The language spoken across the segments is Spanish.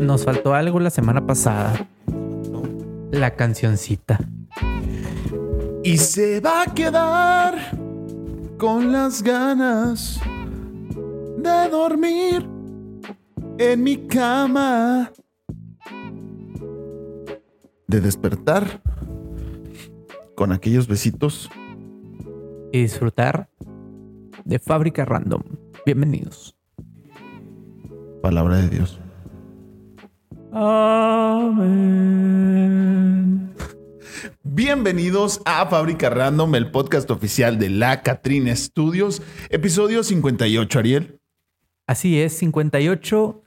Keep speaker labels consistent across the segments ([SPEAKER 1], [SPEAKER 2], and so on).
[SPEAKER 1] nos faltó algo la semana pasada. La cancioncita.
[SPEAKER 2] Y se va a quedar con las ganas de dormir en mi cama. De despertar con aquellos besitos.
[SPEAKER 1] Y disfrutar de Fábrica Random. Bienvenidos.
[SPEAKER 2] Palabra de Dios.
[SPEAKER 1] Amén.
[SPEAKER 2] Bienvenidos a Fábrica Random, el podcast oficial de la Catrina Studios, episodio 58, Ariel.
[SPEAKER 1] Así es, 58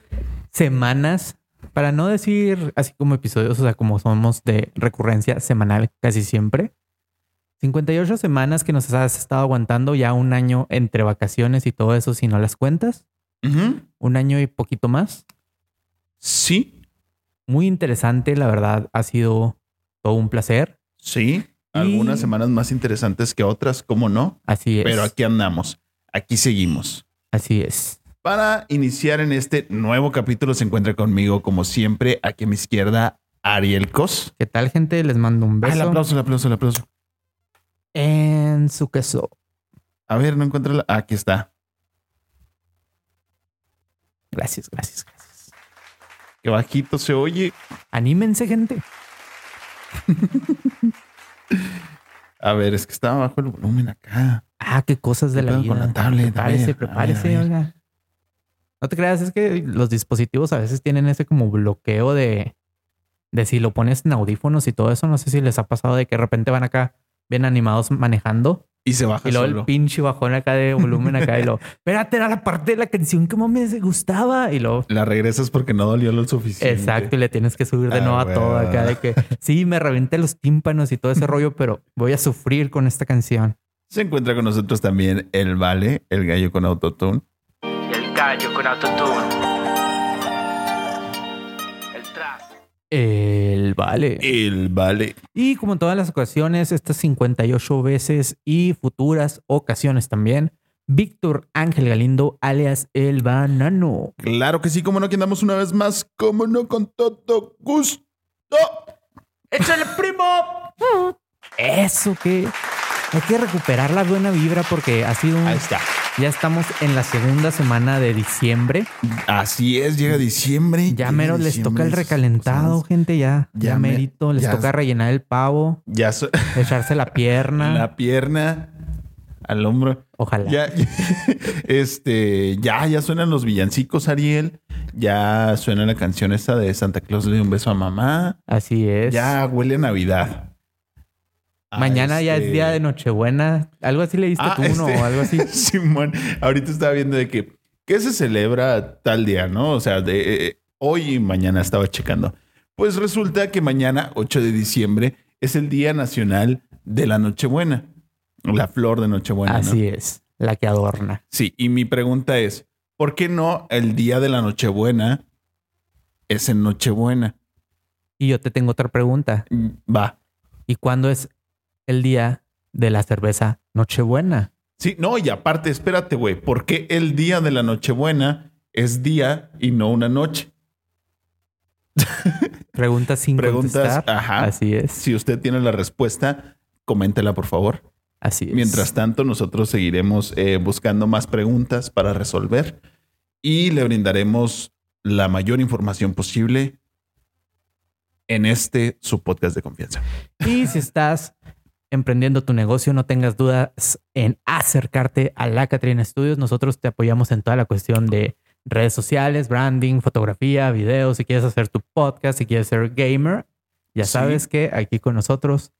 [SPEAKER 1] semanas. Para no decir así como episodios, o sea, como somos de recurrencia semanal casi siempre. 58 semanas que nos has estado aguantando ya un año entre vacaciones y todo eso, si no las cuentas. Un año y poquito más.
[SPEAKER 2] Sí,
[SPEAKER 1] Muy interesante, la verdad, ha sido todo un placer.
[SPEAKER 2] sí. Algunas
[SPEAKER 1] Y-
[SPEAKER 2] semanas más interesantes que otras, como no,
[SPEAKER 1] Así es.
[SPEAKER 2] pero aquí andamos, aquí seguimos.
[SPEAKER 1] Así es.
[SPEAKER 2] Para iniciar en este nuevo capítulo se encuentra conmigo, como siempre, aquí a mi izquierda, Ariel Cos.
[SPEAKER 1] ¿Qué tal, gente? Les mando un
[SPEAKER 2] Ah, el
[SPEAKER 1] beso.
[SPEAKER 2] aplauso, el aplauso, el aplauso.
[SPEAKER 1] en su queso.
[SPEAKER 2] A ver, no encuentro la... Aquí está.
[SPEAKER 1] Gracias, gracias, gracias.
[SPEAKER 2] Qué bajito se oye.
[SPEAKER 1] Anímense, gente.
[SPEAKER 2] A ver, es que está abajo el volumen acá.
[SPEAKER 1] Ah, qué cosas de
[SPEAKER 2] ¿Qué
[SPEAKER 1] la
[SPEAKER 2] pedo
[SPEAKER 1] vida.
[SPEAKER 2] con la tablet? A
[SPEAKER 1] Prepárese,
[SPEAKER 2] ver, a ver,
[SPEAKER 1] prepárese,
[SPEAKER 2] a ver.
[SPEAKER 1] oiga. No te creas, es que los dispositivos a veces tienen ese como bloqueo de, de si lo pones en audífonos y todo eso. No sé si les ha pasado de que de repente van acá bien animados manejando
[SPEAKER 2] Y se baja
[SPEAKER 1] y luego
[SPEAKER 2] solo.
[SPEAKER 1] el pinche bajón acá de volumen acá y luego, espérate, era la parte de la canción que más me gustaba y luego...
[SPEAKER 2] La regresas porque no dolió lo suficiente.
[SPEAKER 1] Exacto, y le tienes que subir de
[SPEAKER 2] Ah,
[SPEAKER 1] nuevo a todo
[SPEAKER 2] huevo.
[SPEAKER 1] acá de que sí, me reventé los tímpanos y todo ese rollo, pero voy a sufrir con esta canción.
[SPEAKER 2] Se encuentra con nosotros también el Vale, el gallo con autotune.
[SPEAKER 3] El gallo con autotune. El trap.
[SPEAKER 1] El vale.
[SPEAKER 2] El Vale.
[SPEAKER 1] Y como en todas las ocasiones, estas 58 veces y futuras ocasiones también, Víctor Ángel Galindo, alias El Banano.
[SPEAKER 2] Claro que sí, como no, aquí andamos una vez más, como no, con todo gusto.
[SPEAKER 1] ¡Échale, primo! Eso que... Hay que recuperar la buena vibra porque ha sido... un-
[SPEAKER 2] Ahí está.
[SPEAKER 1] Ya estamos en la segunda semana de diciembre.
[SPEAKER 2] Así es, llega diciembre.
[SPEAKER 1] Ya
[SPEAKER 2] llega
[SPEAKER 1] mero les
[SPEAKER 2] diciembre,
[SPEAKER 1] toca el
[SPEAKER 2] esas
[SPEAKER 1] recalentado,
[SPEAKER 2] cosas.
[SPEAKER 1] gente, ya.
[SPEAKER 2] Ya
[SPEAKER 1] Ya,
[SPEAKER 2] me-
[SPEAKER 1] merito, les
[SPEAKER 2] ya-
[SPEAKER 1] toca rellenar el pavo,
[SPEAKER 2] Ya so-
[SPEAKER 1] echarse la pierna.
[SPEAKER 2] la pierna al hombro.
[SPEAKER 1] Ojalá.
[SPEAKER 2] Ya, este, ya, ya suenan los villancicos, Ariel. Ya suena la canción esta de Santa Claus le dio un beso a mamá.
[SPEAKER 1] Así es.
[SPEAKER 2] Ya huele a Navidad. A
[SPEAKER 1] Mañana ya es
[SPEAKER 2] este-
[SPEAKER 1] día de Nochebuena. Algo así le diste
[SPEAKER 2] Ah,
[SPEAKER 1] tú, ¿no?
[SPEAKER 2] este-
[SPEAKER 1] O algo así.
[SPEAKER 2] Simón, ahorita estaba viendo de que, ¿qué se celebra tal día, no? O sea, de eh, hoy y mañana estaba checando. Pues resulta que mañana, 8 de diciembre, es el Día Nacional de la Nochebuena. La flor de Nochebuena. ¿no?
[SPEAKER 1] así es. La que adorna.
[SPEAKER 2] Sí, y mi pregunta es, ¿por qué no el día de la Nochebuena es en Nochebuena?
[SPEAKER 1] Y yo te tengo otra pregunta.
[SPEAKER 2] Mm, Va.
[SPEAKER 1] ¿Y cuándo es el día de la cerveza Nochebuena?
[SPEAKER 2] Sí, no, y aparte, espérate, güey, ¿por qué el día de la Nochebuena es día y no una noche?
[SPEAKER 1] Preguntas sin
[SPEAKER 2] Preguntas, ah,
[SPEAKER 1] contestar.
[SPEAKER 2] ajá.
[SPEAKER 1] Así es.
[SPEAKER 2] Si usted tiene la respuesta, coméntela, por favor.
[SPEAKER 1] Así es.
[SPEAKER 2] Mientras tanto, nosotros seguiremos eh, buscando más preguntas para resolver y le brindaremos la mayor información posible en este su podcast de confianza.
[SPEAKER 1] Y si estás emprendiendo tu negocio, no tengas dudas en acercarte a la Catrina Studios. Nosotros te apoyamos en toda la cuestión de redes sociales, branding, fotografía, videos. Si quieres hacer tu podcast, si quieres ser gamer, ya
[SPEAKER 2] Sí.
[SPEAKER 1] sabes que aquí con nosotros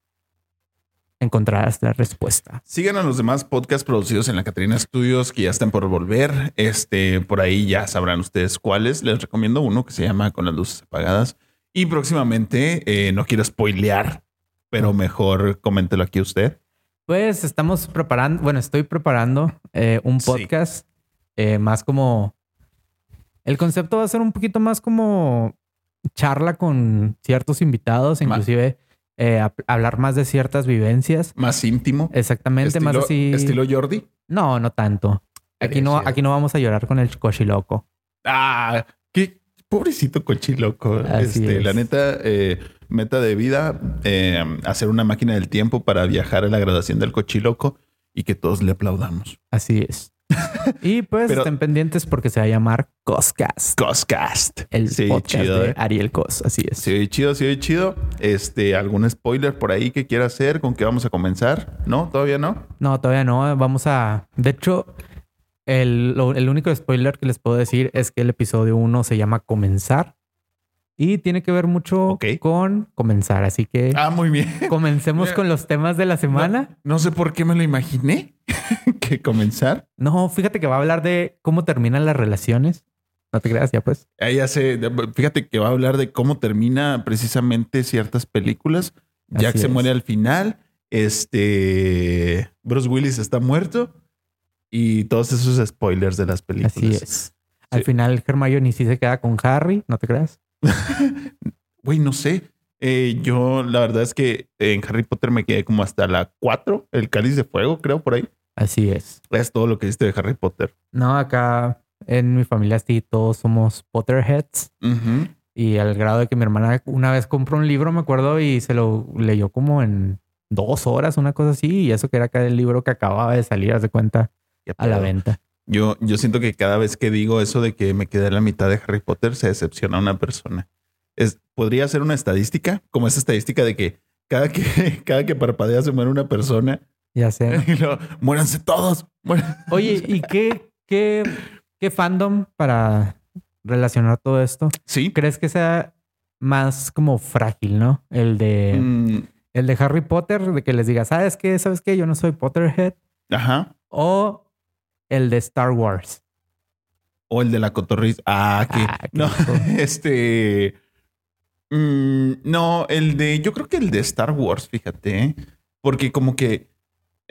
[SPEAKER 1] encontrarás la respuesta.
[SPEAKER 2] Sigan a los demás podcasts producidos en la Catrina Studios que ya están por volver. Este, por ahí ya sabrán ustedes cuáles. Les recomiendo uno que se llama Con las luces apagadas. Y próximamente, eh, no quiero spoilear, pero mejor coméntelo aquí usted.
[SPEAKER 1] Pues estamos preparando, bueno, estoy preparando eh, un
[SPEAKER 2] Sí.
[SPEAKER 1] podcast eh, más como... El concepto va a ser un poquito más como charla con ciertos invitados,
[SPEAKER 2] Ma-
[SPEAKER 1] inclusive eh, hab- hablar más de ciertas vivencias.
[SPEAKER 2] Más íntimo.
[SPEAKER 1] Exactamente,
[SPEAKER 2] estilo,
[SPEAKER 1] más así.
[SPEAKER 2] estilo Jordi.
[SPEAKER 1] No, no tanto. Aquí no,
[SPEAKER 2] Parecido.
[SPEAKER 1] aquí no vamos a llorar con el cochiloco.
[SPEAKER 2] Ah, ¿qué? Pobrecito cochiloco.
[SPEAKER 1] Así
[SPEAKER 2] Este,
[SPEAKER 1] es.
[SPEAKER 2] La neta, eh, meta de vida, eh, hacer una máquina del tiempo para viajar a la graduación del cochiloco y que todos le aplaudamos.
[SPEAKER 1] Así es. Y pues
[SPEAKER 2] Pero-
[SPEAKER 1] estén pendientes porque se va a llamar Coscast.
[SPEAKER 2] Coscast.
[SPEAKER 1] El
[SPEAKER 2] Sí,
[SPEAKER 1] podcast
[SPEAKER 2] chido,
[SPEAKER 1] de
[SPEAKER 2] ¿eh?
[SPEAKER 1] Ariel Cos. Así es.
[SPEAKER 2] Se oye chido, se oye chido. Este, algún spoiler por ahí que quiera hacer, con qué vamos a comenzar. No, todavía no.
[SPEAKER 1] No, todavía no. eh, Vamos a. De hecho, el, lo- el único spoiler que les puedo decir es que el episodio 1 se llama Comenzar y tiene que ver mucho
[SPEAKER 2] Ok.
[SPEAKER 1] con comenzar. Así que
[SPEAKER 2] Ah, muy bien.
[SPEAKER 1] comencemos
[SPEAKER 2] Mira.
[SPEAKER 1] con los temas de la semana.
[SPEAKER 2] No, no sé por qué me lo imaginé que comenzar.
[SPEAKER 1] No. fíjate que va a hablar de cómo terminan las relaciones. No te creas, ya pues.
[SPEAKER 2] Ahí hace, fíjate que va a hablar de cómo termina precisamente ciertas películas. Jack
[SPEAKER 1] Así
[SPEAKER 2] se
[SPEAKER 1] es.
[SPEAKER 2] muere al final. Este Bruce Willis está muerto y todos esos spoilers de las películas.
[SPEAKER 1] Así es. Al final, Hermione sí se queda con Harry. No te creas.
[SPEAKER 2] Güey, no sé. Eh, yo la verdad es que en Harry Potter me quedé como hasta la 4, el cáliz de fuego, creo, por ahí.
[SPEAKER 1] Así es.
[SPEAKER 2] Es todo lo que viste de Harry Potter.
[SPEAKER 1] No, acá en mi familia sí todos somos Potterheads.
[SPEAKER 2] Ujú.
[SPEAKER 1] Y al grado de que mi hermana una vez compró un libro, me acuerdo, y se lo leyó como en dos horas, una cosa así. Y eso que era acá el libro que acababa de salir, haz de cuenta,
[SPEAKER 2] Ya
[SPEAKER 1] a la
[SPEAKER 2] pedo.
[SPEAKER 1] venta.
[SPEAKER 2] Yo, yo siento que cada vez que digo eso de que me quedé a la mitad de Harry Potter, se decepciona una persona. Es, podría ser una estadística, como esa estadística de que cada que, cada que parpadea se muere una persona
[SPEAKER 1] Ya sé.
[SPEAKER 2] y luego, muéranse todos. mueran".
[SPEAKER 1] Oye, ¿y qué, qué, qué fandom para relacionar todo esto?
[SPEAKER 2] Sí.
[SPEAKER 1] ¿Crees que sea más como frágil, no? El de,
[SPEAKER 2] Mm,
[SPEAKER 1] el de Harry Potter, de que les diga, ¿sabes qué? ¿Sabes qué? Yo no soy Potterhead.
[SPEAKER 2] ajá.
[SPEAKER 1] O el de Star Wars.
[SPEAKER 2] O el de la cotorriz. Ah, que.
[SPEAKER 1] Ah, qué
[SPEAKER 2] no,
[SPEAKER 1] loco.
[SPEAKER 2] este. mm, no, el de. Yo creo que el de Star Wars, fíjate. ¿eh? Porque como que.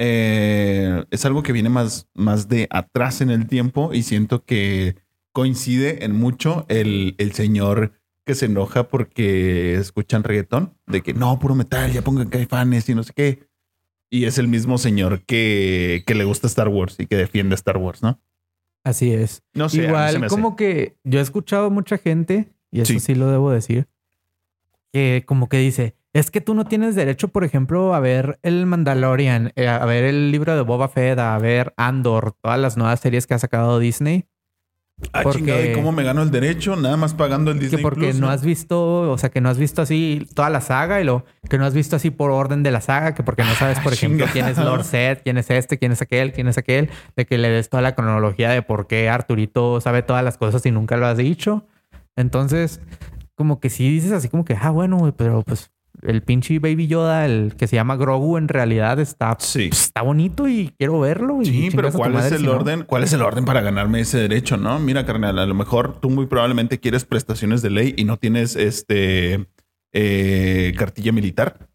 [SPEAKER 2] eh, es algo que viene más, más de atrás en el tiempo y siento que coincide en mucho el, el señor que se enoja porque escuchan reggaetón, de que no, puro metal, ya pongan caifanes y no sé qué. Y es el mismo señor que, que le gusta Star Wars y que defiende Star Wars, ¿no?
[SPEAKER 1] Así es.
[SPEAKER 2] No sé. a mí se
[SPEAKER 1] Igual,
[SPEAKER 2] me hace.
[SPEAKER 1] como que yo he escuchado a mucha gente, y eso
[SPEAKER 2] Sí.
[SPEAKER 1] sí. lo debo decir, que como que dice, es que tú no tienes derecho, por ejemplo, a ver el Mandalorian, eh, a ver el libro de Boba Fett, a ver Andor, todas las nuevas series que ha sacado Disney,
[SPEAKER 2] Ah,
[SPEAKER 1] Porque-
[SPEAKER 2] chingado, ¿y cómo me gano el derecho? Nada más pagando el
[SPEAKER 1] que
[SPEAKER 2] Disney
[SPEAKER 1] porque
[SPEAKER 2] Plus,
[SPEAKER 1] no has visto, o sea, que no has visto así toda la saga y lo que no has visto así por orden de la saga, que porque no sabes, por ejemplo, quién es
[SPEAKER 2] Ah, chingado.
[SPEAKER 1] Lord Seth, quién es este, quién es aquel, quién es aquel, de que le des toda la cronología de por qué Arturito sabe todas las cosas y nunca lo has dicho. Entonces, como que si dices así como que, ah, bueno, güey, pero pues el pinche Baby Yoda, el que se llama Grogu, en realidad está, pues,
[SPEAKER 2] Sí.
[SPEAKER 1] está bonito y quiero verlo. Y
[SPEAKER 2] Sí,
[SPEAKER 1] chingas a
[SPEAKER 2] pero
[SPEAKER 1] tu
[SPEAKER 2] ¿cuál es
[SPEAKER 1] madre
[SPEAKER 2] el
[SPEAKER 1] si no.
[SPEAKER 2] orden? ¿Cuál es el orden para ganarme ese derecho, no? Mira, carnal, a lo mejor tú muy probablemente quieres prestaciones de ley y no tienes este eh, cartilla militar.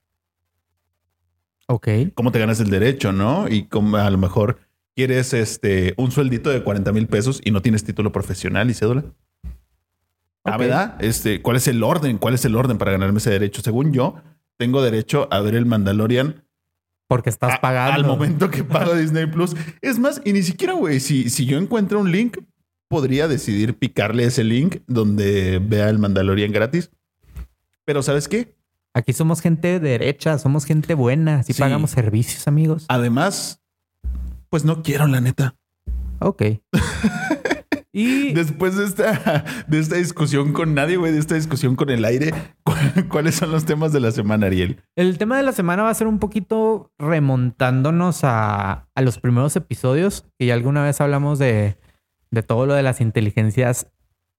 [SPEAKER 1] Ok.
[SPEAKER 2] ¿Cómo te ganas el derecho, no? Y como a lo mejor quieres este un sueldito de 40 mil pesos y no tienes título profesional y cédula. Ah,
[SPEAKER 1] Ok.
[SPEAKER 2] ¿verdad? Este, ¿cuál es el orden? ¿Cuál es el orden para ganarme ese derecho? Según yo, tengo derecho a ver el Mandalorian
[SPEAKER 1] Porque estás
[SPEAKER 2] a-
[SPEAKER 1] pagando.
[SPEAKER 2] Al momento que pago Disney Plus. Es más, y ni siquiera, güey, si, si yo encuentro un link, podría decidir picarle ese link donde vea el Mandalorian gratis. Pero ¿sabes qué?
[SPEAKER 1] Aquí somos gente derecha, somos gente buena, si
[SPEAKER 2] Sí. Ah.
[SPEAKER 1] pagamos servicios, amigos.
[SPEAKER 2] Además, pues no quiero, la neta.
[SPEAKER 1] Ah, Ok. y
[SPEAKER 2] Después de esta, de esta discusión con nadie, güey, de esta discusión con el aire, ¿cu- ¿cuáles son los temas de la semana, Ariel?
[SPEAKER 1] el tema de la semana va a ser un poquito remontándonos a, a los primeros episodios, que ya alguna vez hablamos de, de todo lo de las inteligencias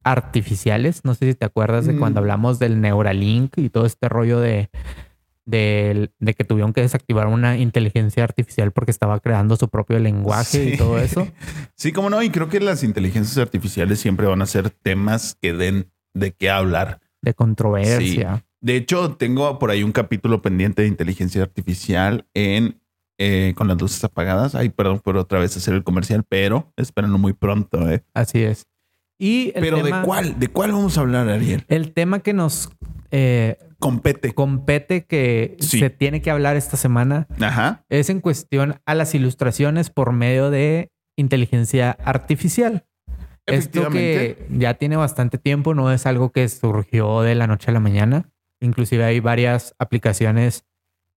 [SPEAKER 1] artificiales. No sé si te acuerdas de
[SPEAKER 2] Mm.
[SPEAKER 1] cuando hablamos del Neuralink y todo este rollo de, del- de que tuvieron que desactivar una inteligencia artificial porque estaba creando su propio lenguaje y
[SPEAKER 2] Sí.
[SPEAKER 1] todo eso.
[SPEAKER 2] Sí, como no, y creo que las inteligencias artificiales siempre van a ser temas que den de qué hablar.
[SPEAKER 1] De controversia.
[SPEAKER 2] De hecho, tengo por ahí un capítulo pendiente de inteligencia artificial en eh, con las luces apagadas. Ay, perdón por otra vez hacer el comercial, pero espérenlo muy pronto. ¿eh?
[SPEAKER 1] Así es. Y el
[SPEAKER 2] Pero
[SPEAKER 1] tema,
[SPEAKER 2] de cuál, de cuál vamos a hablar, Ariel?
[SPEAKER 1] El tema que nos eh,
[SPEAKER 2] Compete.
[SPEAKER 1] compete, que
[SPEAKER 2] Sí.
[SPEAKER 1] se tiene que hablar esta semana,
[SPEAKER 2] Ajá.
[SPEAKER 1] es en cuestión a las ilustraciones por medio de inteligencia artificial. Esto
[SPEAKER 2] Efectivamente.
[SPEAKER 1] que ya tiene bastante tiempo, no es algo que surgió de la noche a la mañana. Inclusive hay varias aplicaciones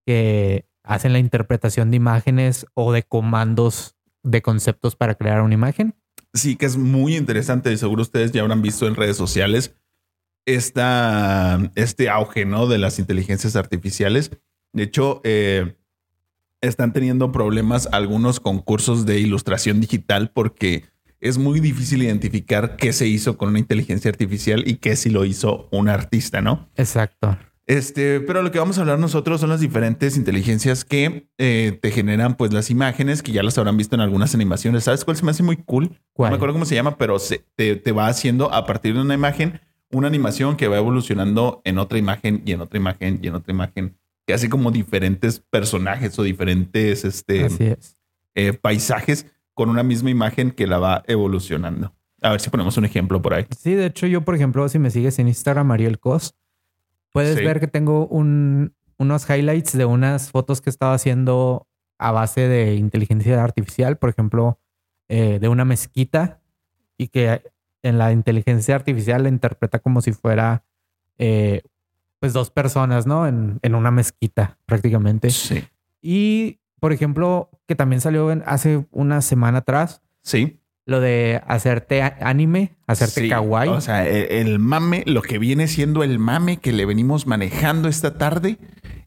[SPEAKER 1] que hacen la interpretación de imágenes o de comandos de conceptos para crear una imagen.
[SPEAKER 2] Sí, que es muy interesante. Y seguro ustedes ya habrán visto en redes sociales esta, este auge, ¿no? De las inteligencias artificiales. De hecho, eh, están teniendo problemas algunos concursos de ilustración digital porque es muy difícil identificar qué se hizo con una inteligencia artificial y qué si lo hizo un artista, ¿no?
[SPEAKER 1] Exacto.
[SPEAKER 2] Este, pero lo que vamos a hablar nosotros son las diferentes inteligencias que eh, te generan, pues las imágenes que ya las habrán visto en algunas animaciones. ¿Sabes cuál se me hace muy cool?
[SPEAKER 1] ¿Cuál?
[SPEAKER 2] No me acuerdo cómo se llama, pero se- te, te va haciendo a partir de una imagen una animación que va evolucionando en otra imagen y en otra imagen y en otra imagen. Que hace como diferentes personajes o diferentes este,
[SPEAKER 1] Así es.
[SPEAKER 2] eh, paisajes con una misma imagen que la va evolucionando. A ver si ponemos un ejemplo por ahí.
[SPEAKER 1] Sí, de hecho, yo, por ejemplo, si me sigues en Instagram, Ariel Cos, puedes
[SPEAKER 2] Sí.
[SPEAKER 1] ver que tengo un- unos highlights de unas fotos que estaba haciendo a base de inteligencia artificial, por ejemplo, eh, de una mezquita y que en la inteligencia artificial la interpreta como si fuera eh, pues dos personas, ¿no? En, en una mezquita prácticamente.
[SPEAKER 2] Sí.
[SPEAKER 1] Y, por ejemplo, que también salió en- hace una semana atrás,
[SPEAKER 2] Sí.
[SPEAKER 1] lo de hacerte a- anime, hacerte
[SPEAKER 2] Sí,
[SPEAKER 1] kawaii.
[SPEAKER 2] O sea, e- el, mame, lo que viene siendo el mame que le venimos manejando esta tarde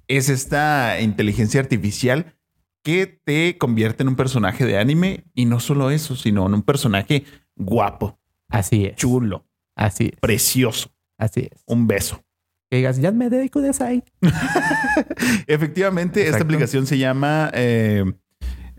[SPEAKER 2] es esta inteligencia artificial que te convierte en un personaje de anime y no solo eso, sino en un personaje guapo,
[SPEAKER 1] Así es.
[SPEAKER 2] chulo,
[SPEAKER 1] Así es.
[SPEAKER 2] precioso.
[SPEAKER 1] Así es.
[SPEAKER 2] Un beso.
[SPEAKER 1] Que digas, ya me dedico de esa ahí.
[SPEAKER 2] Efectivamente, esta
[SPEAKER 1] Exacto.
[SPEAKER 2] aplicación se llama eh,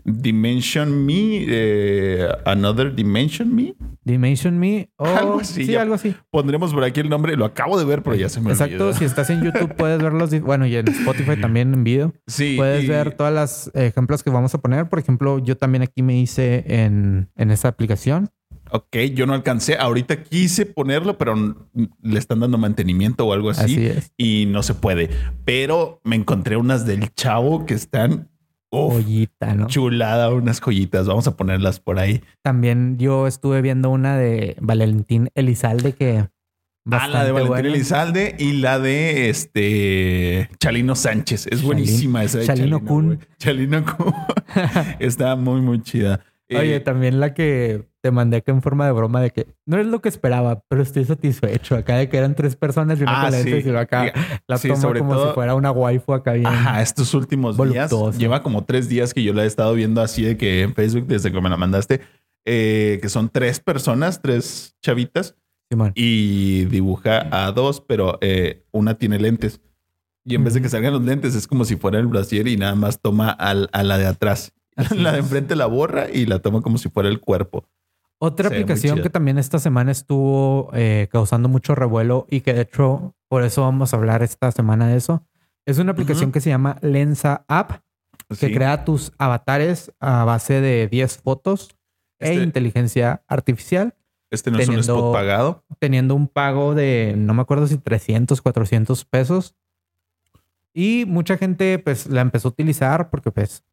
[SPEAKER 2] Dimension Me, eh, Another Dimension Me.
[SPEAKER 1] Dimension Me o
[SPEAKER 2] Algo así,
[SPEAKER 1] sí,
[SPEAKER 2] ya.
[SPEAKER 1] algo así.
[SPEAKER 2] Pondremos por aquí el nombre, lo acabo de ver, pero ya se me
[SPEAKER 1] Exacto.
[SPEAKER 2] olvidó.
[SPEAKER 1] Si estás en YouTube, puedes ver los. di- Bueno, y en Spotify también en video.
[SPEAKER 2] Sí,
[SPEAKER 1] Puedes
[SPEAKER 2] y-
[SPEAKER 1] ver todas las eh, ejemplos que vamos a poner. Por ejemplo, yo también aquí me hice en, en esta aplicación.
[SPEAKER 2] Ok, yo no alcancé. Ahorita quise ponerlo, pero n- le están dando mantenimiento o algo así,
[SPEAKER 1] Así es.
[SPEAKER 2] y no se puede. Pero me encontré unas del chavo que están uf,
[SPEAKER 1] Joyita, ¿no?
[SPEAKER 2] chulada, unas joyitas. Vamos a ponerlas por ahí.
[SPEAKER 1] También yo estuve viendo una de Valentín Elizalde que.
[SPEAKER 2] Ah, la
[SPEAKER 1] bastante
[SPEAKER 2] de Valentín
[SPEAKER 1] buena.
[SPEAKER 2] Elizalde y la de este Chalino Sánchez. Es
[SPEAKER 1] Chalín-
[SPEAKER 2] buenísima esa de
[SPEAKER 1] Chalino Kun.
[SPEAKER 2] güey. Chalino Kun. Está muy, muy chida. Eh,
[SPEAKER 1] Oye, también la que te mandé acá en forma de broma de que no es lo que esperaba, pero estoy satisfecho. Acá de que eran tres personas y una
[SPEAKER 2] Ah,
[SPEAKER 1] con lentes
[SPEAKER 2] sí.
[SPEAKER 1] y lo acá la
[SPEAKER 2] Sí,
[SPEAKER 1] tomo
[SPEAKER 2] sobre
[SPEAKER 1] como
[SPEAKER 2] todo-
[SPEAKER 1] si fuera una waifu acá bien.
[SPEAKER 2] Ajá, estos últimos días.
[SPEAKER 1] Voluptuoso.
[SPEAKER 2] Lleva como tres días que yo la he estado viendo así de que en Facebook, desde que me la mandaste, eh, que son tres personas, tres chavitas,
[SPEAKER 1] Simón.
[SPEAKER 2] y dibuja a dos, pero eh, una tiene lentes. Y en vez de que
[SPEAKER 1] Ujú.
[SPEAKER 2] salgan los lentes, es como si fuera el brasier y nada más toma al- a la de atrás.
[SPEAKER 1] Así
[SPEAKER 2] la de
[SPEAKER 1] es.
[SPEAKER 2] enfrente la borra y la toma como si fuera el cuerpo.
[SPEAKER 1] Otra
[SPEAKER 2] Sí, muy
[SPEAKER 1] aplicación
[SPEAKER 2] chida.
[SPEAKER 1] que también esta semana estuvo eh, causando mucho revuelo y que de hecho por eso vamos a hablar esta semana de eso. Es una aplicación
[SPEAKER 2] Ujú.
[SPEAKER 1] que se llama Lensa App, que
[SPEAKER 2] Sí.
[SPEAKER 1] crea tus avatares a base de 10 fotos e
[SPEAKER 2] Este-
[SPEAKER 1] inteligencia artificial,
[SPEAKER 2] Este no es un
[SPEAKER 1] teniendo-
[SPEAKER 2] spot pagado.
[SPEAKER 1] teniendo un pago de, no me acuerdo si 300, 400 pesos. Y mucha gente pues la empezó a utilizar porque pues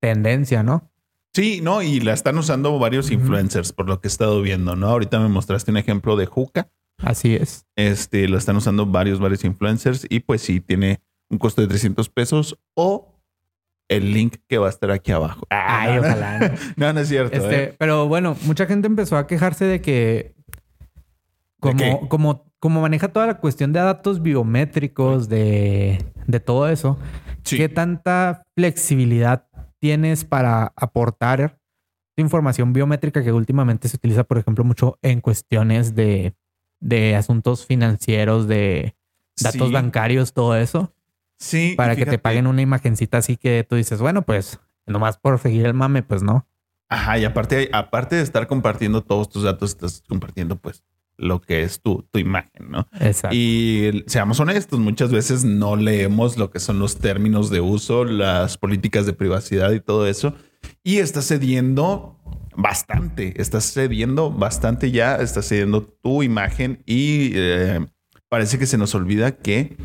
[SPEAKER 1] tendencia, ¿no?
[SPEAKER 2] Sí, no, y la están usando varios
[SPEAKER 1] Ujú.
[SPEAKER 2] influencers, por lo que he estado viendo, ¿no? Ahorita me mostraste un ejemplo de Juca.
[SPEAKER 1] Así es.
[SPEAKER 2] Este, lo están usando varios, varios influencers y pues sí, tiene un costo de 300 pesos o el link que va a estar aquí abajo. Ah,
[SPEAKER 1] Ay,
[SPEAKER 2] no, no.
[SPEAKER 1] ojalá. ¿no?
[SPEAKER 2] No, no es cierto.
[SPEAKER 1] Este,
[SPEAKER 2] ¿eh?
[SPEAKER 1] pero bueno, mucha gente empezó a quejarse de que como,
[SPEAKER 2] qué?
[SPEAKER 1] como, como maneja toda la cuestión de datos biométricos, de, de todo eso,
[SPEAKER 2] Sí.
[SPEAKER 1] ¿qué tanta flexibilidad tienes para aportar información biométrica que últimamente se utiliza, por ejemplo, mucho en cuestiones de, de asuntos financieros, de datos
[SPEAKER 2] Sí,
[SPEAKER 1] bancarios, todo eso,
[SPEAKER 2] Sí. y
[SPEAKER 1] para que te
[SPEAKER 2] fíjate-
[SPEAKER 1] paguen una imagencita así que tú dices, bueno, pues nomás por seguir el mame, pues no.
[SPEAKER 2] Ajá, y aparte, aparte de estar compartiendo todos tus datos, estás compartiendo pues lo que es tu, tu imagen, ¿no?
[SPEAKER 1] Exacto.
[SPEAKER 2] Y el- seamos honestos, muchas veces no leemos lo que son los términos de uso, las políticas de privacidad y todo eso. Y está cediendo bastante, está cediendo bastante ya, está cediendo tu imagen y eh, parece que se nos olvida que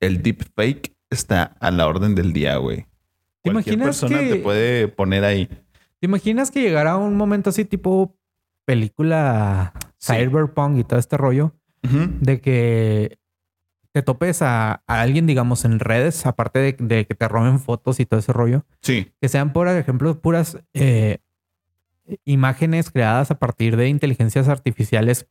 [SPEAKER 2] el deepfake está a la orden del día, güey.
[SPEAKER 1] ¿Te
[SPEAKER 2] Cualquier
[SPEAKER 1] imaginas
[SPEAKER 2] persona
[SPEAKER 1] que-
[SPEAKER 2] te puede poner ahí.
[SPEAKER 1] ¿Te imaginas que llegará un momento así tipo película
[SPEAKER 2] Sí.
[SPEAKER 1] Cyberpunk y todo este rollo,
[SPEAKER 2] Ujú.
[SPEAKER 1] de que te topes a, a alguien, digamos, en redes, aparte de, de que te roben fotos y todo ese rollo,
[SPEAKER 2] Sí,
[SPEAKER 1] que sean, por ejemplo, puras eh, imágenes creadas a partir de inteligencias artificiales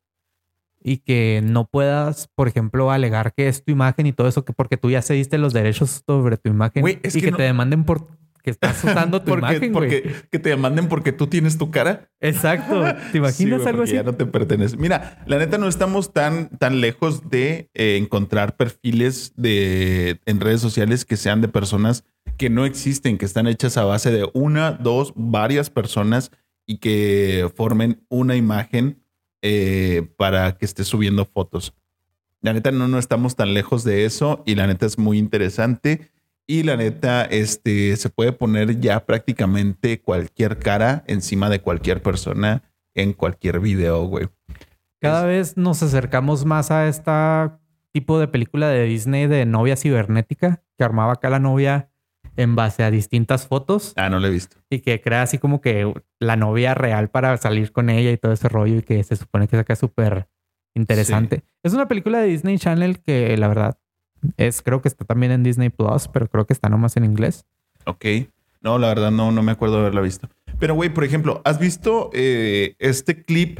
[SPEAKER 1] y que no puedas, por ejemplo, alegar que es tu imagen y todo eso, que porque tú ya cediste los derechos sobre tu imagen
[SPEAKER 2] Güey, es
[SPEAKER 1] y
[SPEAKER 2] que
[SPEAKER 1] que
[SPEAKER 2] no-
[SPEAKER 1] te demanden por que estás usando tu
[SPEAKER 2] porque,
[SPEAKER 1] imagen, güey.
[SPEAKER 2] porque que te demanden porque tú tienes tu cara.
[SPEAKER 1] Exacto. ¿Te
[SPEAKER 2] Sí,
[SPEAKER 1] imaginas
[SPEAKER 2] güey,
[SPEAKER 1] algo
[SPEAKER 2] porque
[SPEAKER 1] así?
[SPEAKER 2] Ya no te pertenece. Mira, la neta no estamos tan, tan lejos de eh, encontrar perfiles de, en redes sociales que sean de personas que no existen, que están hechas a base de una, dos, varias personas y que formen una imagen eh, para que esté subiendo fotos. La neta no, no estamos tan lejos de eso y la neta es muy interesante. Y la neta, este, se puede poner ya prácticamente cualquier cara encima de cualquier persona en cualquier video, güey.
[SPEAKER 1] Cada vez nos acercamos más a esta tipo de película de Disney de novia cibernética que armaba acá la novia en base a distintas fotos.
[SPEAKER 2] Ah, no lo he visto.
[SPEAKER 1] y que crea así como que la novia real para salir con ella y todo ese rollo y que se supone que saca súper interesante. Es una película de Disney Channel que la verdad es, creo que está también en Disney Plus, pero creo que está nomás en inglés.
[SPEAKER 2] Ok. No, la verdad no, no me acuerdo de haberla visto. Pero, güey, por ejemplo, ¿has visto eh, este clip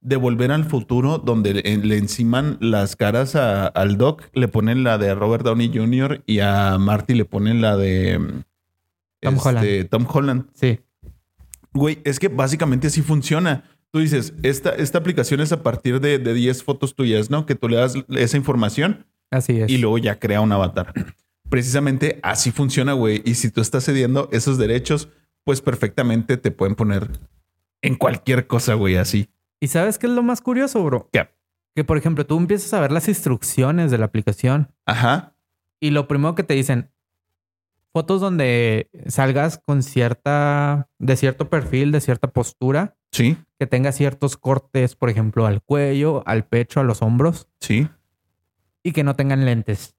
[SPEAKER 2] de Volver al Futuro donde le, eh, le enciman las caras a- al Doc? Le ponen la de Robert Downey Jr. y a Marty le ponen la de... mm, este,
[SPEAKER 1] Tom Holland.
[SPEAKER 2] Tom Holland.
[SPEAKER 1] Sí.
[SPEAKER 2] Güey, es que básicamente así funciona. Tú dices, esta, esta aplicación es a partir de, de 10 fotos tuyas, ¿no? Que tú le das esa información
[SPEAKER 1] Así es.
[SPEAKER 2] y luego ya crea un avatar. Precisamente así funciona, güey. Y si tú estás cediendo esos derechos, pues perfectamente te pueden poner en cualquier cosa, güey, así.
[SPEAKER 1] ¿Y sabes qué es lo más curioso, bro?
[SPEAKER 2] ¿Qué?
[SPEAKER 1] Que por ejemplo tú empiezas a ver las instrucciones de la aplicación
[SPEAKER 2] Ajá.
[SPEAKER 1] y lo primero que te dicen fotos donde salgas con cierta de cierto perfil, de cierta postura,
[SPEAKER 2] Sí,
[SPEAKER 1] que tenga ciertos cortes, por ejemplo, al cuello, al pecho, a los hombros.
[SPEAKER 2] sí.
[SPEAKER 1] y que no tengan lentes.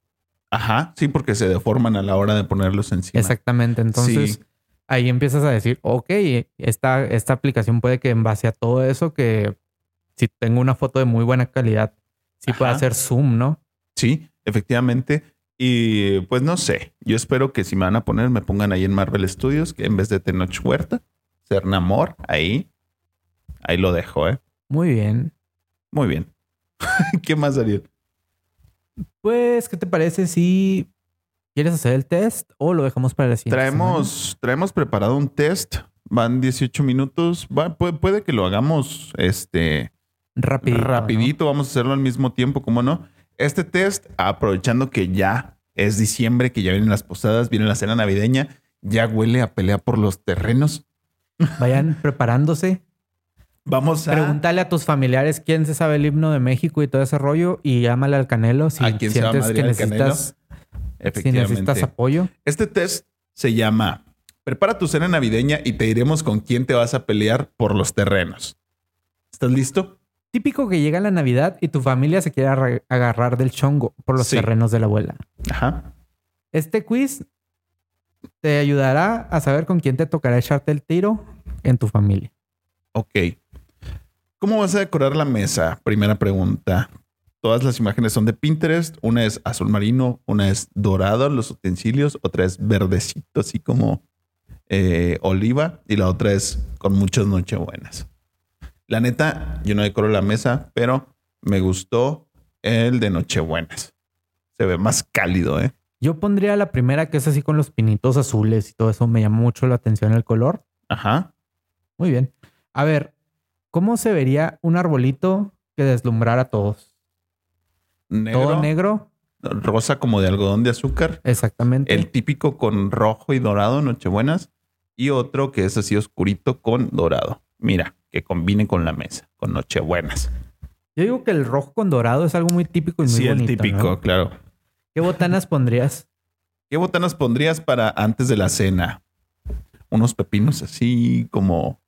[SPEAKER 2] Ajá. Sí, porque se deforman a la hora de ponerlos encima.
[SPEAKER 1] Exactamente. Entonces
[SPEAKER 2] Sí.
[SPEAKER 1] ahí empiezas a decir, ok, esta, esta aplicación puede que en base a todo eso, que si tengo una foto de muy buena calidad, sí pueda
[SPEAKER 2] Ajá.
[SPEAKER 1] hacer zoom, ¿no?
[SPEAKER 2] Sí, efectivamente. Y pues no sé, yo espero que si me van a poner, me pongan ahí en Marvel Studios, que en vez de Tenoch Huerta, ser Namor, ahí, ahí lo dejo, ¿eh?
[SPEAKER 1] Muy bien.
[SPEAKER 2] Muy bien. ¿Qué más, Ariel?
[SPEAKER 1] Pues, ¿qué te parece si quieres hacer el test o lo dejamos para la siguiente? semana?
[SPEAKER 2] Traemos, traemos preparado un test, van 18 minutos, va- puede, puede que lo hagamos este,
[SPEAKER 1] rapidito. ¿no?
[SPEAKER 2] rapidito, vamos a hacerlo al mismo tiempo, ¿cómo no? Este test, aprovechando que ya es diciembre, que ya vienen las posadas, viene la cena navideña, ya huele a pelea por los terrenos.
[SPEAKER 1] Vayan preparándose.
[SPEAKER 2] Vamos a
[SPEAKER 1] Pregúntale a tus familiares quién se sabe el himno de México y todo ese rollo y llámale al Canelo si
[SPEAKER 2] ¿A quién se va a
[SPEAKER 1] sientes que
[SPEAKER 2] madrear el Canelo?
[SPEAKER 1] necesitas, si
[SPEAKER 2] Efectivamente.
[SPEAKER 1] necesitas apoyo.
[SPEAKER 2] Este test se llama Prepara tu cena navideña y te diremos con quién te vas a pelear por los terrenos. ¿Estás listo?
[SPEAKER 1] Típico que llega la Navidad y tu familia se quiere arra- agarrar del chongo por los
[SPEAKER 2] Sí.
[SPEAKER 1] terrenos de la abuela.
[SPEAKER 2] Ajá.
[SPEAKER 1] Este quiz te ayudará a saber con quién te tocará echarte el tiro en tu familia.
[SPEAKER 2] Ok. ¿Cómo vas a decorar la mesa? Primera pregunta. Todas las imágenes son de Pinterest. Una es azul marino, una es dorado, los utensilios, otra es verdecito, así como eh, oliva, y la otra es con muchas nochebuenas. La neta, yo no decoro la mesa, pero me gustó el de nochebuenas. Se ve más cálido, ¿eh?
[SPEAKER 1] Yo pondría la primera que es así con los pinitos azules y todo eso. Me llama mucho la atención el color.
[SPEAKER 2] Ajá.
[SPEAKER 1] Muy bien. A ver, ¿cómo se vería un arbolito que deslumbrara a todos?
[SPEAKER 2] Negro,
[SPEAKER 1] Todo negro.
[SPEAKER 2] rosa como de algodón de azúcar.
[SPEAKER 1] Exactamente.
[SPEAKER 2] El típico con rojo y dorado, Nochebuenas. Y otro que es así oscurito con dorado. Mira, que combine con la mesa, con Nochebuenas.
[SPEAKER 1] Yo digo que el rojo con dorado es algo muy típico y Pues muy
[SPEAKER 2] sí, el
[SPEAKER 1] bonito.
[SPEAKER 2] típico,
[SPEAKER 1] ¿no?
[SPEAKER 2] claro.
[SPEAKER 1] ¿Qué botanas pondrías?
[SPEAKER 2] ¿Qué botanas pondrías para antes de la cena? Unos pepinos así como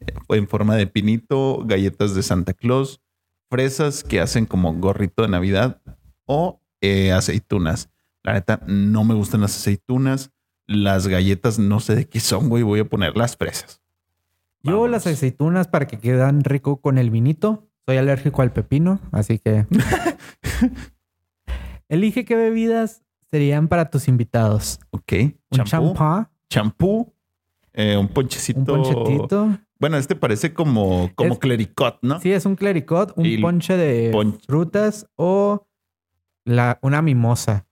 [SPEAKER 2] eh, en forma de pinito, galletas de Santa Claus, fresas que hacen como gorrito de Navidad o eh, aceitunas. La neta, no me gustan las aceitunas. Las galletas no sé de qué son, güey. Voy a poner las fresas.
[SPEAKER 1] Yo
[SPEAKER 2] Vámonos.
[SPEAKER 1] las aceitunas para que quedan rico con el vinito. Soy alérgico al pepino, así que... Elige qué bebidas serían para tus invitados.
[SPEAKER 2] Ok.
[SPEAKER 1] Un
[SPEAKER 2] Champú.
[SPEAKER 1] champán,
[SPEAKER 2] Champú. eh, un ponchecito.
[SPEAKER 1] un ponchetito.
[SPEAKER 2] Bueno, este parece como, como
[SPEAKER 1] Es-
[SPEAKER 2] clericot, ¿no?
[SPEAKER 1] Sí, es un clericot, un
[SPEAKER 2] Y
[SPEAKER 1] ponche de
[SPEAKER 2] pon-
[SPEAKER 1] frutas o la, una mimosa.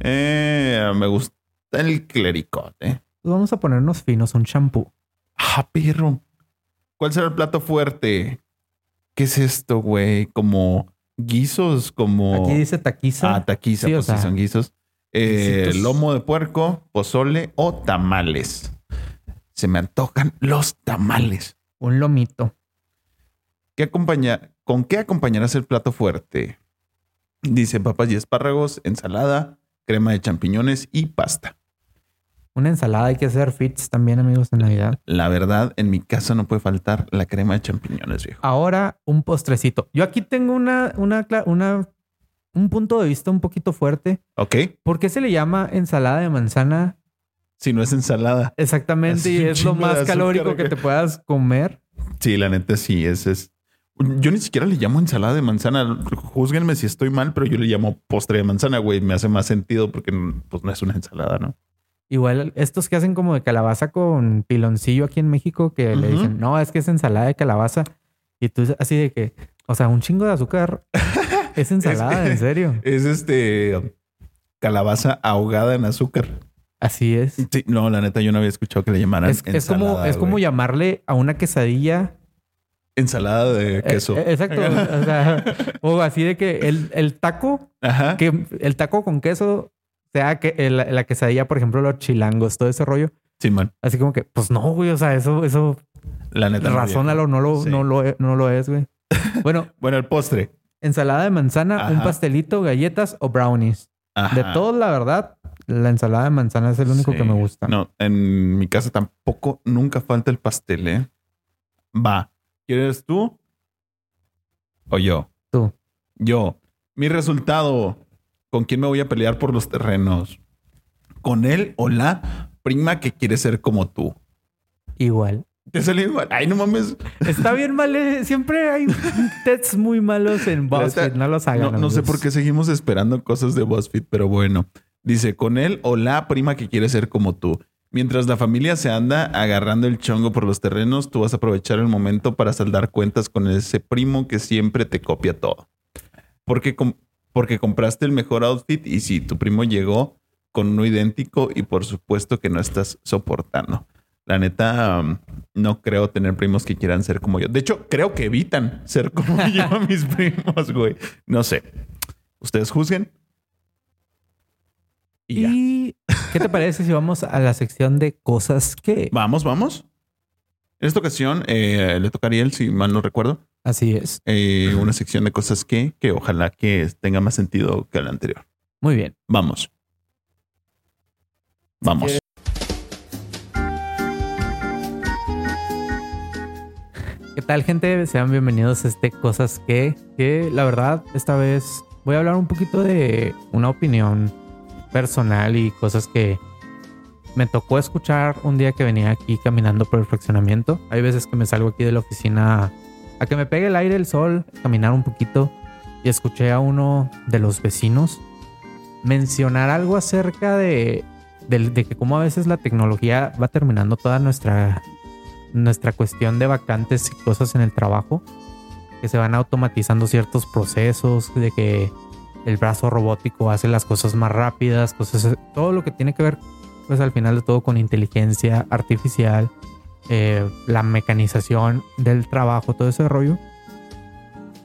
[SPEAKER 2] Eh, me gusta el clericot, ¿eh?
[SPEAKER 1] Pues Vamos a ponernos finos, un champú.
[SPEAKER 2] Ah, perro. ¿Cuál será el plato fuerte? ¿Qué es esto, güey? Como guisos, como.
[SPEAKER 1] Aquí dice taquiza.
[SPEAKER 2] Oh. Ah, taquiza,
[SPEAKER 1] Sí, o
[SPEAKER 2] pues sí
[SPEAKER 1] sea,
[SPEAKER 2] son guisos. Eh,
[SPEAKER 1] guisitos.
[SPEAKER 2] lomo de puerco, pozole o tamales. Se me antojan los tamales.
[SPEAKER 1] un lomito.
[SPEAKER 2] ¿Qué acompaña, ¿Con qué acompañarás el plato fuerte? Dice papas y espárragos, ensalada, crema de champiñones y pasta.
[SPEAKER 1] Una ensalada. Hay que hacer fits también, amigos, en Navidad.
[SPEAKER 2] La verdad, en mi casa no puede faltar la crema de champiñones, viejo.
[SPEAKER 1] Ahora, un postrecito. Yo aquí tengo una, una, cla- una, un punto de vista un poquito fuerte.
[SPEAKER 2] ¿Ok?
[SPEAKER 1] ¿Por qué se le llama ensalada de manzana?
[SPEAKER 2] Si no es ensalada.
[SPEAKER 1] Exactamente,
[SPEAKER 2] Es
[SPEAKER 1] y
[SPEAKER 2] un
[SPEAKER 1] es lo
[SPEAKER 2] chingo de
[SPEAKER 1] más
[SPEAKER 2] azúcar
[SPEAKER 1] calórico que
[SPEAKER 2] acá.
[SPEAKER 1] te puedas comer.
[SPEAKER 2] Sí, la neta sí, es, es. Yo ni siquiera le llamo ensalada de manzana. Júzguenme si estoy mal, pero yo le llamo postre de manzana, güey. Me hace más sentido porque pues, no es una ensalada, ¿no?
[SPEAKER 1] Igual estos que hacen como de calabaza con piloncillo aquí en México que le
[SPEAKER 2] Ujú.
[SPEAKER 1] dicen, no, es que es ensalada de calabaza. Y tú así de que, o sea, un chingo de azúcar es ensalada, en serio.
[SPEAKER 2] Es este calabaza ahogada en azúcar.
[SPEAKER 1] Así es.
[SPEAKER 2] Sí, no, la neta, yo no había escuchado que le llamaran
[SPEAKER 1] Es, es como,
[SPEAKER 2] ensalada,
[SPEAKER 1] es como
[SPEAKER 2] güey.
[SPEAKER 1] llamarle a una quesadilla.
[SPEAKER 2] ensalada de
[SPEAKER 1] eh,
[SPEAKER 2] queso.
[SPEAKER 1] eh, exacto. o, sea, o así de que el, el taco,
[SPEAKER 2] Ajá.
[SPEAKER 1] que el taco con queso, sea que el- la quesadilla, por ejemplo, los chilangos, todo ese rollo.
[SPEAKER 2] Sí, man.
[SPEAKER 1] Así como que, pues no, güey, o sea, eso, eso,
[SPEAKER 2] La neta. no,
[SPEAKER 1] razónalo,
[SPEAKER 2] viejo.
[SPEAKER 1] no lo,
[SPEAKER 2] Sí.
[SPEAKER 1] no lo, no lo es, güey. Bueno,
[SPEAKER 2] Bueno, el postre.
[SPEAKER 1] Ensalada de manzana, un
[SPEAKER 2] Ajá.
[SPEAKER 1] pastelito, galletas o brownies.
[SPEAKER 2] Ajá.
[SPEAKER 1] De todos, la verdad, la ensalada de manzana es el único
[SPEAKER 2] Sí.
[SPEAKER 1] que me gusta.
[SPEAKER 2] No, en mi casa tampoco nunca falta el pastel, ¿eh? Va. ¿Quieres tú? ¿O yo?
[SPEAKER 1] Tú.
[SPEAKER 2] Yo. Mi resultado. ¿Con quién me voy a pelear por los terrenos? ¿Con él o la prima que quiere ser como tú?
[SPEAKER 1] Igual.
[SPEAKER 2] Te salió igual. Ay, no mames.
[SPEAKER 1] Está bien mal. eh, Siempre hay tests muy malos en
[SPEAKER 2] La
[SPEAKER 1] BuzzFeed.
[SPEAKER 2] neta,
[SPEAKER 1] No los hagan.
[SPEAKER 2] No, no sé
[SPEAKER 1] amigos.
[SPEAKER 2] por qué seguimos esperando cosas de BuzzFeed, pero bueno. Dice, con él o la prima que quiere ser como tú. Mientras la familia se anda agarrando el chongo por los terrenos, tú vas a aprovechar el momento para saldar cuentas con ese primo que siempre te copia todo. Porque, com- porque compraste el mejor outfit y si tu primo llegó con uno idéntico y por supuesto que no estás soportando. La neta, um, no creo tener primos que quieran ser como yo. De hecho, creo que evitan ser como yo a mis primos, güey. No sé. Ustedes juzguen. Y ya.
[SPEAKER 1] ¿Y qué te parece si vamos a la sección de cosas que?
[SPEAKER 2] Vamos, vamos. En esta ocasión eh, le tocaría él, si mal no recuerdo,
[SPEAKER 1] Así es.
[SPEAKER 2] eh, una sección de cosas que, que ojalá que tenga más sentido que la anterior.
[SPEAKER 1] Muy bien.
[SPEAKER 2] Vamos. Vamos.
[SPEAKER 1] ¿Qué tal, gente? Sean bienvenidos a este Cosas que, que la verdad, esta vez voy a hablar un poquito de una opinión personal y cosas que me tocó escuchar un día que venía aquí caminando por el fraccionamiento. Hay veces que me salgo aquí de la oficina a que me pegue el aire, el sol, caminar un poquito y escuché a uno de los vecinos mencionar algo acerca de, del- de que cómo a veces la tecnología va terminando toda nuestra nuestra cuestión de vacantes y cosas en el trabajo, que se van automatizando ciertos procesos, de que el brazo robótico hace las cosas más rápidas, cosas, todo lo que tiene que ver, pues al final de todo, con inteligencia artificial, eh, la mecanización del trabajo, todo ese rollo.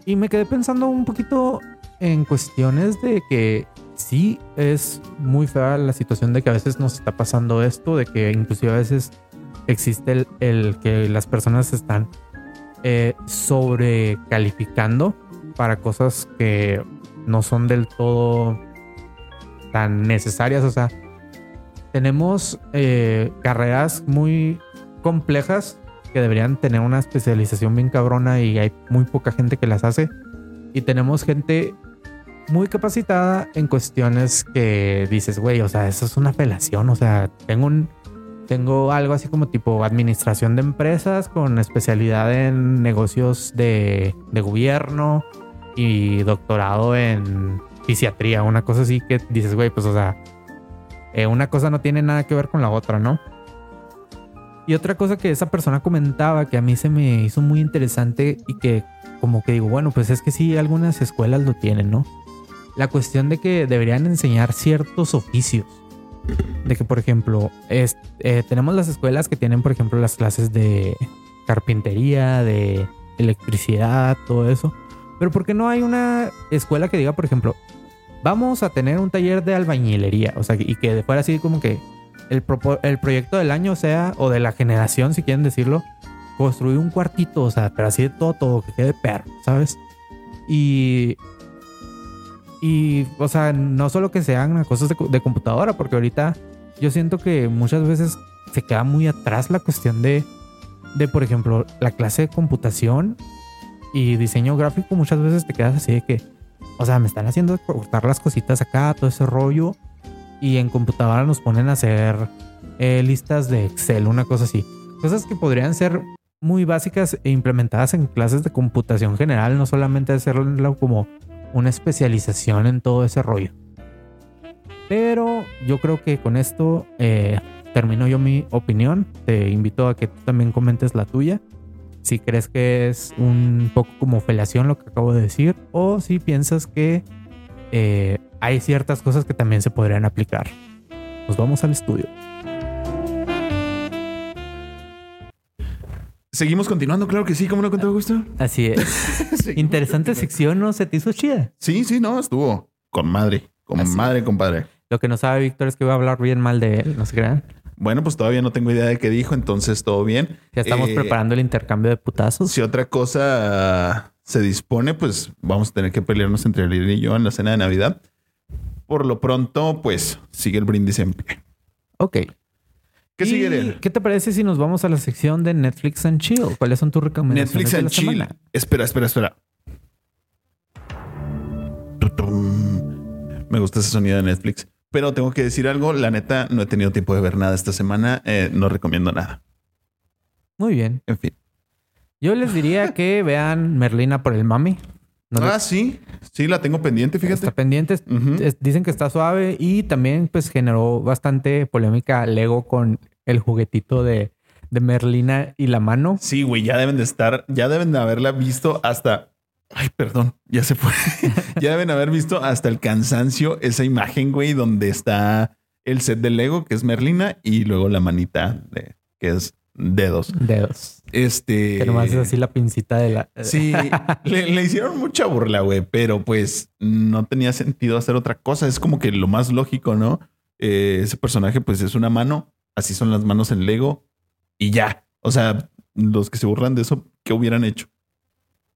[SPEAKER 1] Y me quedé pensando un poquito en cuestiones de que sí es muy fea la situación de que a veces nos está pasando esto, de que inclusive a veces existe el, el que las personas están eh, sobrecalificando para cosas que no son del todo tan necesarias. O sea, tenemos eh, carreras muy complejas que deberían tener una especialización bien cabrona y hay muy poca gente que las hace. Y tenemos gente muy capacitada en cuestiones que dices, güey, o sea, eso es una apelación. O sea, tengo un Tengo algo así como tipo administración de empresas con especialidad en negocios de, de gobierno y doctorado en fisiatría, una cosa así que dices, güey, pues o sea, eh, una cosa no tiene nada que ver con la otra, ¿no? Y otra cosa que esa persona comentaba que a mí se me hizo muy interesante y que como que digo, bueno, pues es que sí, algunas escuelas lo tienen, ¿no? La cuestión de que deberían enseñar ciertos oficios. De que, por ejemplo, es- eh, tenemos las escuelas que tienen, por ejemplo, las clases de carpintería, de electricidad, todo eso. Pero ¿por qué no hay una escuela que diga, por ejemplo, vamos a tener un taller de albañilería? O sea, y que fuera así como que el, propo- el proyecto del año sea, o de la generación, si quieren decirlo, construir un cuartito, o sea, pero así de todo, todo, que quede perro, ¿sabes? Y... Y, o sea, no solo que sean cosas de, co- de computadora, porque ahorita yo siento que muchas veces se queda muy atrás la cuestión de, de, por ejemplo, la clase de computación y diseño gráfico, muchas veces te quedas así de que, o sea, me están haciendo cortar las cositas acá, todo ese rollo, y en computadora nos ponen a hacer eh, listas de Excel, una cosa así. Cosas que podrían ser muy básicas e implementadas en clases de computación general, no solamente hacerlo como una especialización en todo ese rollo. Pero yo creo que con esto eh, termino yo mi opinión. Te invito a que tú también comentes la tuya. Si crees que es un poco como felación lo que acabo de decir, o si piensas que eh, hay ciertas cosas que también se podrían aplicar. Nos vamos al estudio.
[SPEAKER 2] Seguimos continuando, claro que sí, ¿cómo no con todo gusto?
[SPEAKER 1] Así es. Interesante sección, ¿no? Se te hizo chida.
[SPEAKER 2] Sí, sí, no, estuvo con madre, con
[SPEAKER 1] Así.
[SPEAKER 2] madre, compadre.
[SPEAKER 1] Lo que no sabe Víctor es que voy a hablar bien mal de él, no se crean.
[SPEAKER 2] Bueno, pues todavía no tengo idea de qué dijo, entonces todo bien.
[SPEAKER 1] Ya estamos
[SPEAKER 2] Eh,
[SPEAKER 1] preparando el intercambio de putazos.
[SPEAKER 2] Si otra cosa se dispone, pues vamos a tener que pelearnos entre Lili y yo en la cena de Navidad. Por lo pronto, pues sigue el brindis en pie.
[SPEAKER 1] Ok.
[SPEAKER 2] ¿Qué
[SPEAKER 1] ¿Y
[SPEAKER 2] sigue, Ariel?
[SPEAKER 1] ¿Qué te parece si nos vamos a la sección de Netflix and Chill? ¿Cuáles son tus recomendaciones
[SPEAKER 2] Netflix
[SPEAKER 1] de la
[SPEAKER 2] and Chill.
[SPEAKER 1] semana?
[SPEAKER 2] Espera, espera, espera. Tutum. Me gusta ese sonido de Netflix. Pero tengo que decir algo, la neta, no he tenido tiempo de ver nada esta semana, eh, no recomiendo nada.
[SPEAKER 1] Muy bien.
[SPEAKER 2] En fin.
[SPEAKER 1] Yo les diría que vean Merlina por el mami. No
[SPEAKER 2] ah, sí, sí, la tengo pendiente, fíjate.
[SPEAKER 1] Está pendiente.
[SPEAKER 2] Ujú.
[SPEAKER 1] Es- Dicen que está suave y también pues generó bastante polémica Lego con el juguetito de, de Merlina y la mano.
[SPEAKER 2] Sí, güey, ya deben de estar, ya deben de haberla visto hasta. Ay, perdón, ya se fue. ya deben haber visto hasta el cansancio esa imagen, güey, donde está el set de Lego, que es Merlina, y luego la manita, de, que es dedos.
[SPEAKER 1] Dedos.
[SPEAKER 2] Este.
[SPEAKER 1] Que nomás es así la pincita de la...
[SPEAKER 2] Sí, le, le hicieron mucha burla, güey, pero pues no tenía sentido hacer otra cosa. Es como que lo más lógico, ¿no? Eh, ese personaje, pues es una mano, así son las manos en Lego y ya. O sea, los que se burlan de eso, ¿qué hubieran hecho?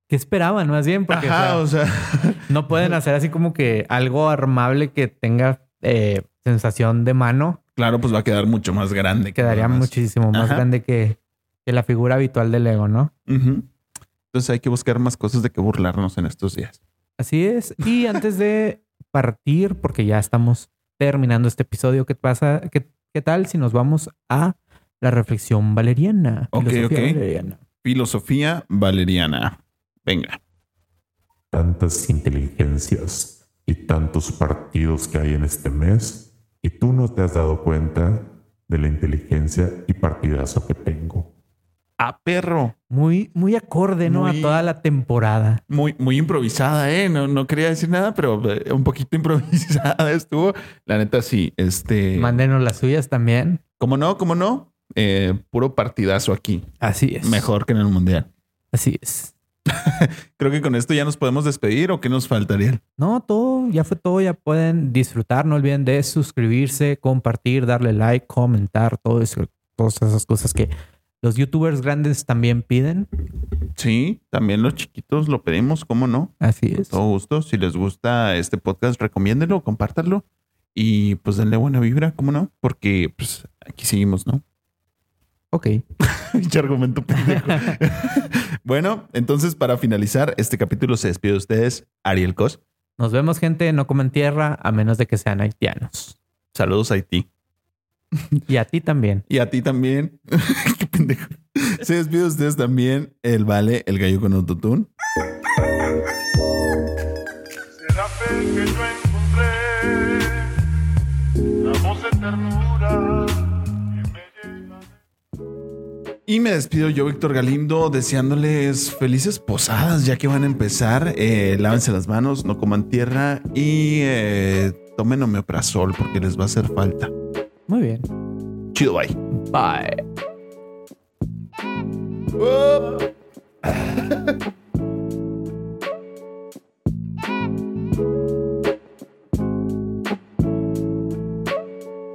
[SPEAKER 1] ¿Qué esperaban más bien? Porque o
[SPEAKER 2] Ajá,
[SPEAKER 1] sea,
[SPEAKER 2] o sea,
[SPEAKER 1] no pueden hacer así como que algo armable que tenga eh, sensación de mano.
[SPEAKER 2] claro, pues va a quedar mucho más grande. que
[SPEAKER 1] quedaría
[SPEAKER 2] nada más.
[SPEAKER 1] muchísimo más
[SPEAKER 2] Ajá.
[SPEAKER 1] grande que, que la figura habitual de Lego, ¿no?
[SPEAKER 2] Ujú. Entonces hay que buscar más cosas de que burlarnos en estos días.
[SPEAKER 1] Así es. Y antes de partir, porque ya estamos terminando este episodio, ¿qué pasa? ¿Qué, qué tal si nos vamos a la reflexión valeriana?
[SPEAKER 2] Ok,
[SPEAKER 1] Filosofía
[SPEAKER 2] ok.
[SPEAKER 1] valeriana.
[SPEAKER 2] Filosofía valeriana. Venga.
[SPEAKER 4] tantas inteligencias y tantos partidos que hay en este mes y tú no te has dado cuenta de la inteligencia y partidazo que tengo.
[SPEAKER 2] A Ah, perro.
[SPEAKER 1] Muy, muy acorde, ¿no?
[SPEAKER 2] Muy-
[SPEAKER 1] A toda la temporada.
[SPEAKER 2] Muy, muy improvisada, ¿eh? No, no quería decir nada, pero eh, un poquito improvisada estuvo. La neta, sí. Este.
[SPEAKER 1] Mándenos las suyas también.
[SPEAKER 2] ¿Cómo no? ¿Cómo no? Eh, puro partidazo aquí.
[SPEAKER 1] Así es.
[SPEAKER 2] Mejor que en el mundial.
[SPEAKER 1] Así es.
[SPEAKER 2] Creo que con esto ya nos podemos despedir o qué nos faltaría.
[SPEAKER 1] No, todo, ya fue todo, ya pueden disfrutar, no olviden de suscribirse, compartir, darle like, comentar, todo eso, todas esas cosas que los youtubers grandes también piden.
[SPEAKER 2] Sí, también los chiquitos lo pedimos, ¿cómo no?
[SPEAKER 1] Así es.
[SPEAKER 2] todo gusto. Si les gusta este podcast, recomiéndenlo, compártanlo y pues denle buena vibra, ¿cómo no? Porque pues aquí seguimos, ¿no?
[SPEAKER 1] Ok.
[SPEAKER 2] Pinche argumento pendejo. bueno, entonces para finalizar este capítulo se despide de ustedes Ariel Cos.
[SPEAKER 1] Nos vemos, gente. No comen tierra a menos de que sean haitianos.
[SPEAKER 2] Saludos Haití.
[SPEAKER 1] Y a ti también.
[SPEAKER 2] Y a ti también. Qué pendejo. Se despide de ustedes también el Vale, el gallo con autotune.
[SPEAKER 5] la fe que yo encontré, la voz de ternura que me llena.
[SPEAKER 2] Y me despido yo, Víctor Galindo, deseándoles felices posadas ya que van a empezar. Eh, lávense las manos, no coman tierra y eh, tomen omeprazol porque les va a hacer falta.
[SPEAKER 1] Muy bien.
[SPEAKER 2] Chido, bye.
[SPEAKER 1] Bye.